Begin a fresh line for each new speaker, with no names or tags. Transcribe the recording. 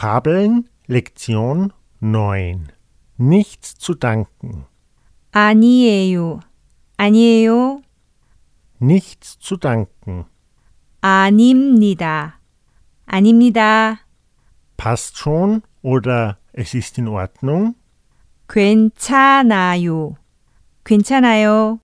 Vokabeln Lektion 9 Nichts zu danken.
아니에요. 아니에요.
Nichts zu danken.
아닙니다. 아닙니다.
Passt schon oder es ist in Ordnung?
괜찮아요. 괜찮아요.